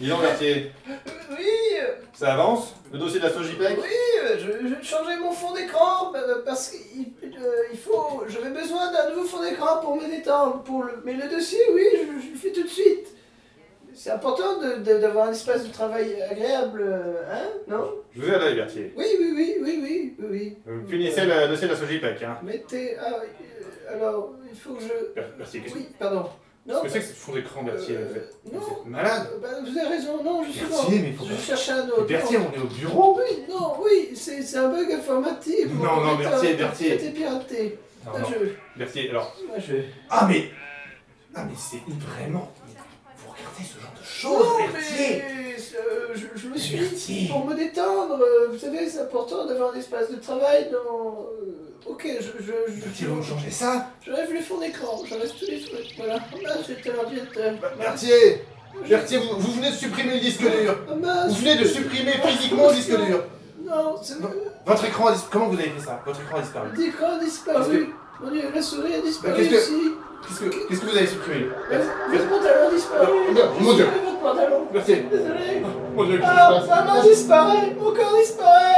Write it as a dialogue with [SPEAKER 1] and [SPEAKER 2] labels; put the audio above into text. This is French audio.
[SPEAKER 1] Dis donc, Berthier,
[SPEAKER 2] Oui, euh,
[SPEAKER 1] ça avance Le dossier de la Sogipec
[SPEAKER 2] oui, euh, je, je vais changer mon fond d'écran euh, parce qu'il euh, il faut, j'avais besoin d'un nouveau fond d'écran pour me détendre. Pour le, mais le dossier, oui, je, je le fais tout de suite. C'est important de- de- d'avoir un espace de travail agréable, euh, hein Non
[SPEAKER 1] Je vous ai à l'œil, Berthier.
[SPEAKER 2] Oui, oui, oui, oui, oui, oui, oui.
[SPEAKER 3] Euh,
[SPEAKER 1] Vous finissez le dossier de la Sogipec, hein.
[SPEAKER 2] Mettez, ah, euh, alors, il faut que je.
[SPEAKER 1] Ber- Berthier, qu'est-ce que
[SPEAKER 2] Oui, pardon. Non.
[SPEAKER 1] qu'est-ce que c'est que ce fond d'écran, Berthier
[SPEAKER 2] euh,
[SPEAKER 1] vous êtes-
[SPEAKER 2] non.
[SPEAKER 1] Vous êtes malade
[SPEAKER 2] euh, bah, vous avez raison, non, justement.
[SPEAKER 1] Berthier, mais il faut
[SPEAKER 2] Je
[SPEAKER 1] pas-
[SPEAKER 2] cherche un autre.
[SPEAKER 1] Berthier,
[SPEAKER 2] Euh, non.
[SPEAKER 1] on est au bureau
[SPEAKER 2] Oui, non, oui, c'est c'est un bug informatique.
[SPEAKER 1] Non,
[SPEAKER 2] Mon
[SPEAKER 1] non,
[SPEAKER 2] ordinateur
[SPEAKER 1] Berthier,
[SPEAKER 2] a-
[SPEAKER 1] Berthier.
[SPEAKER 2] a été piraté.
[SPEAKER 1] Non,
[SPEAKER 2] Moi,
[SPEAKER 1] non,
[SPEAKER 2] je-
[SPEAKER 1] Berthier, alors...
[SPEAKER 2] moi, je-
[SPEAKER 1] Ah, mais... Ah, mais c'est vraiment... Vous regardez ce genre de choses,
[SPEAKER 2] Non,
[SPEAKER 1] Berthier
[SPEAKER 2] mais euh, je,
[SPEAKER 3] Eh
[SPEAKER 2] je me suis dit,
[SPEAKER 1] Berthier
[SPEAKER 2] pour me détendre, euh, vous savez, c'est important d'avoir un espace de travail dans... euh, Ok, je... je, je,
[SPEAKER 1] Berthier, vous me changez ça
[SPEAKER 2] J'enlève les fonds d'écran, j'enlève tous les trucs, voilà. Ah mince, j'étais à l'ordinateur.
[SPEAKER 3] Bah, Berthier Berthier, vous, vous venez de supprimer le disque dur
[SPEAKER 2] Ah mince
[SPEAKER 3] Vous venez de supprimer physiquement le disque dur
[SPEAKER 2] Non, c'est...
[SPEAKER 3] Non. Votre écran a disparu. Comment vous avez fait ça Votre écran a disparu.
[SPEAKER 2] L'écran a
[SPEAKER 3] Parce que-
[SPEAKER 2] disparu. Mon dieu, la souris a disparu
[SPEAKER 3] qu'est-ce que-
[SPEAKER 2] aussi.
[SPEAKER 3] Qu'est-ce que, qu'est-ce que vous avez supprimé
[SPEAKER 2] Euh, Votre pantalon disparaît.
[SPEAKER 3] Non, mon Dieu.
[SPEAKER 2] Votre pantalon.
[SPEAKER 3] Berthier
[SPEAKER 2] Désolé.
[SPEAKER 3] Mon Dieu, qu'est-ce qui se
[SPEAKER 2] Ah,
[SPEAKER 3] passe
[SPEAKER 2] maman disparaît. Ah Mon corps disparaît.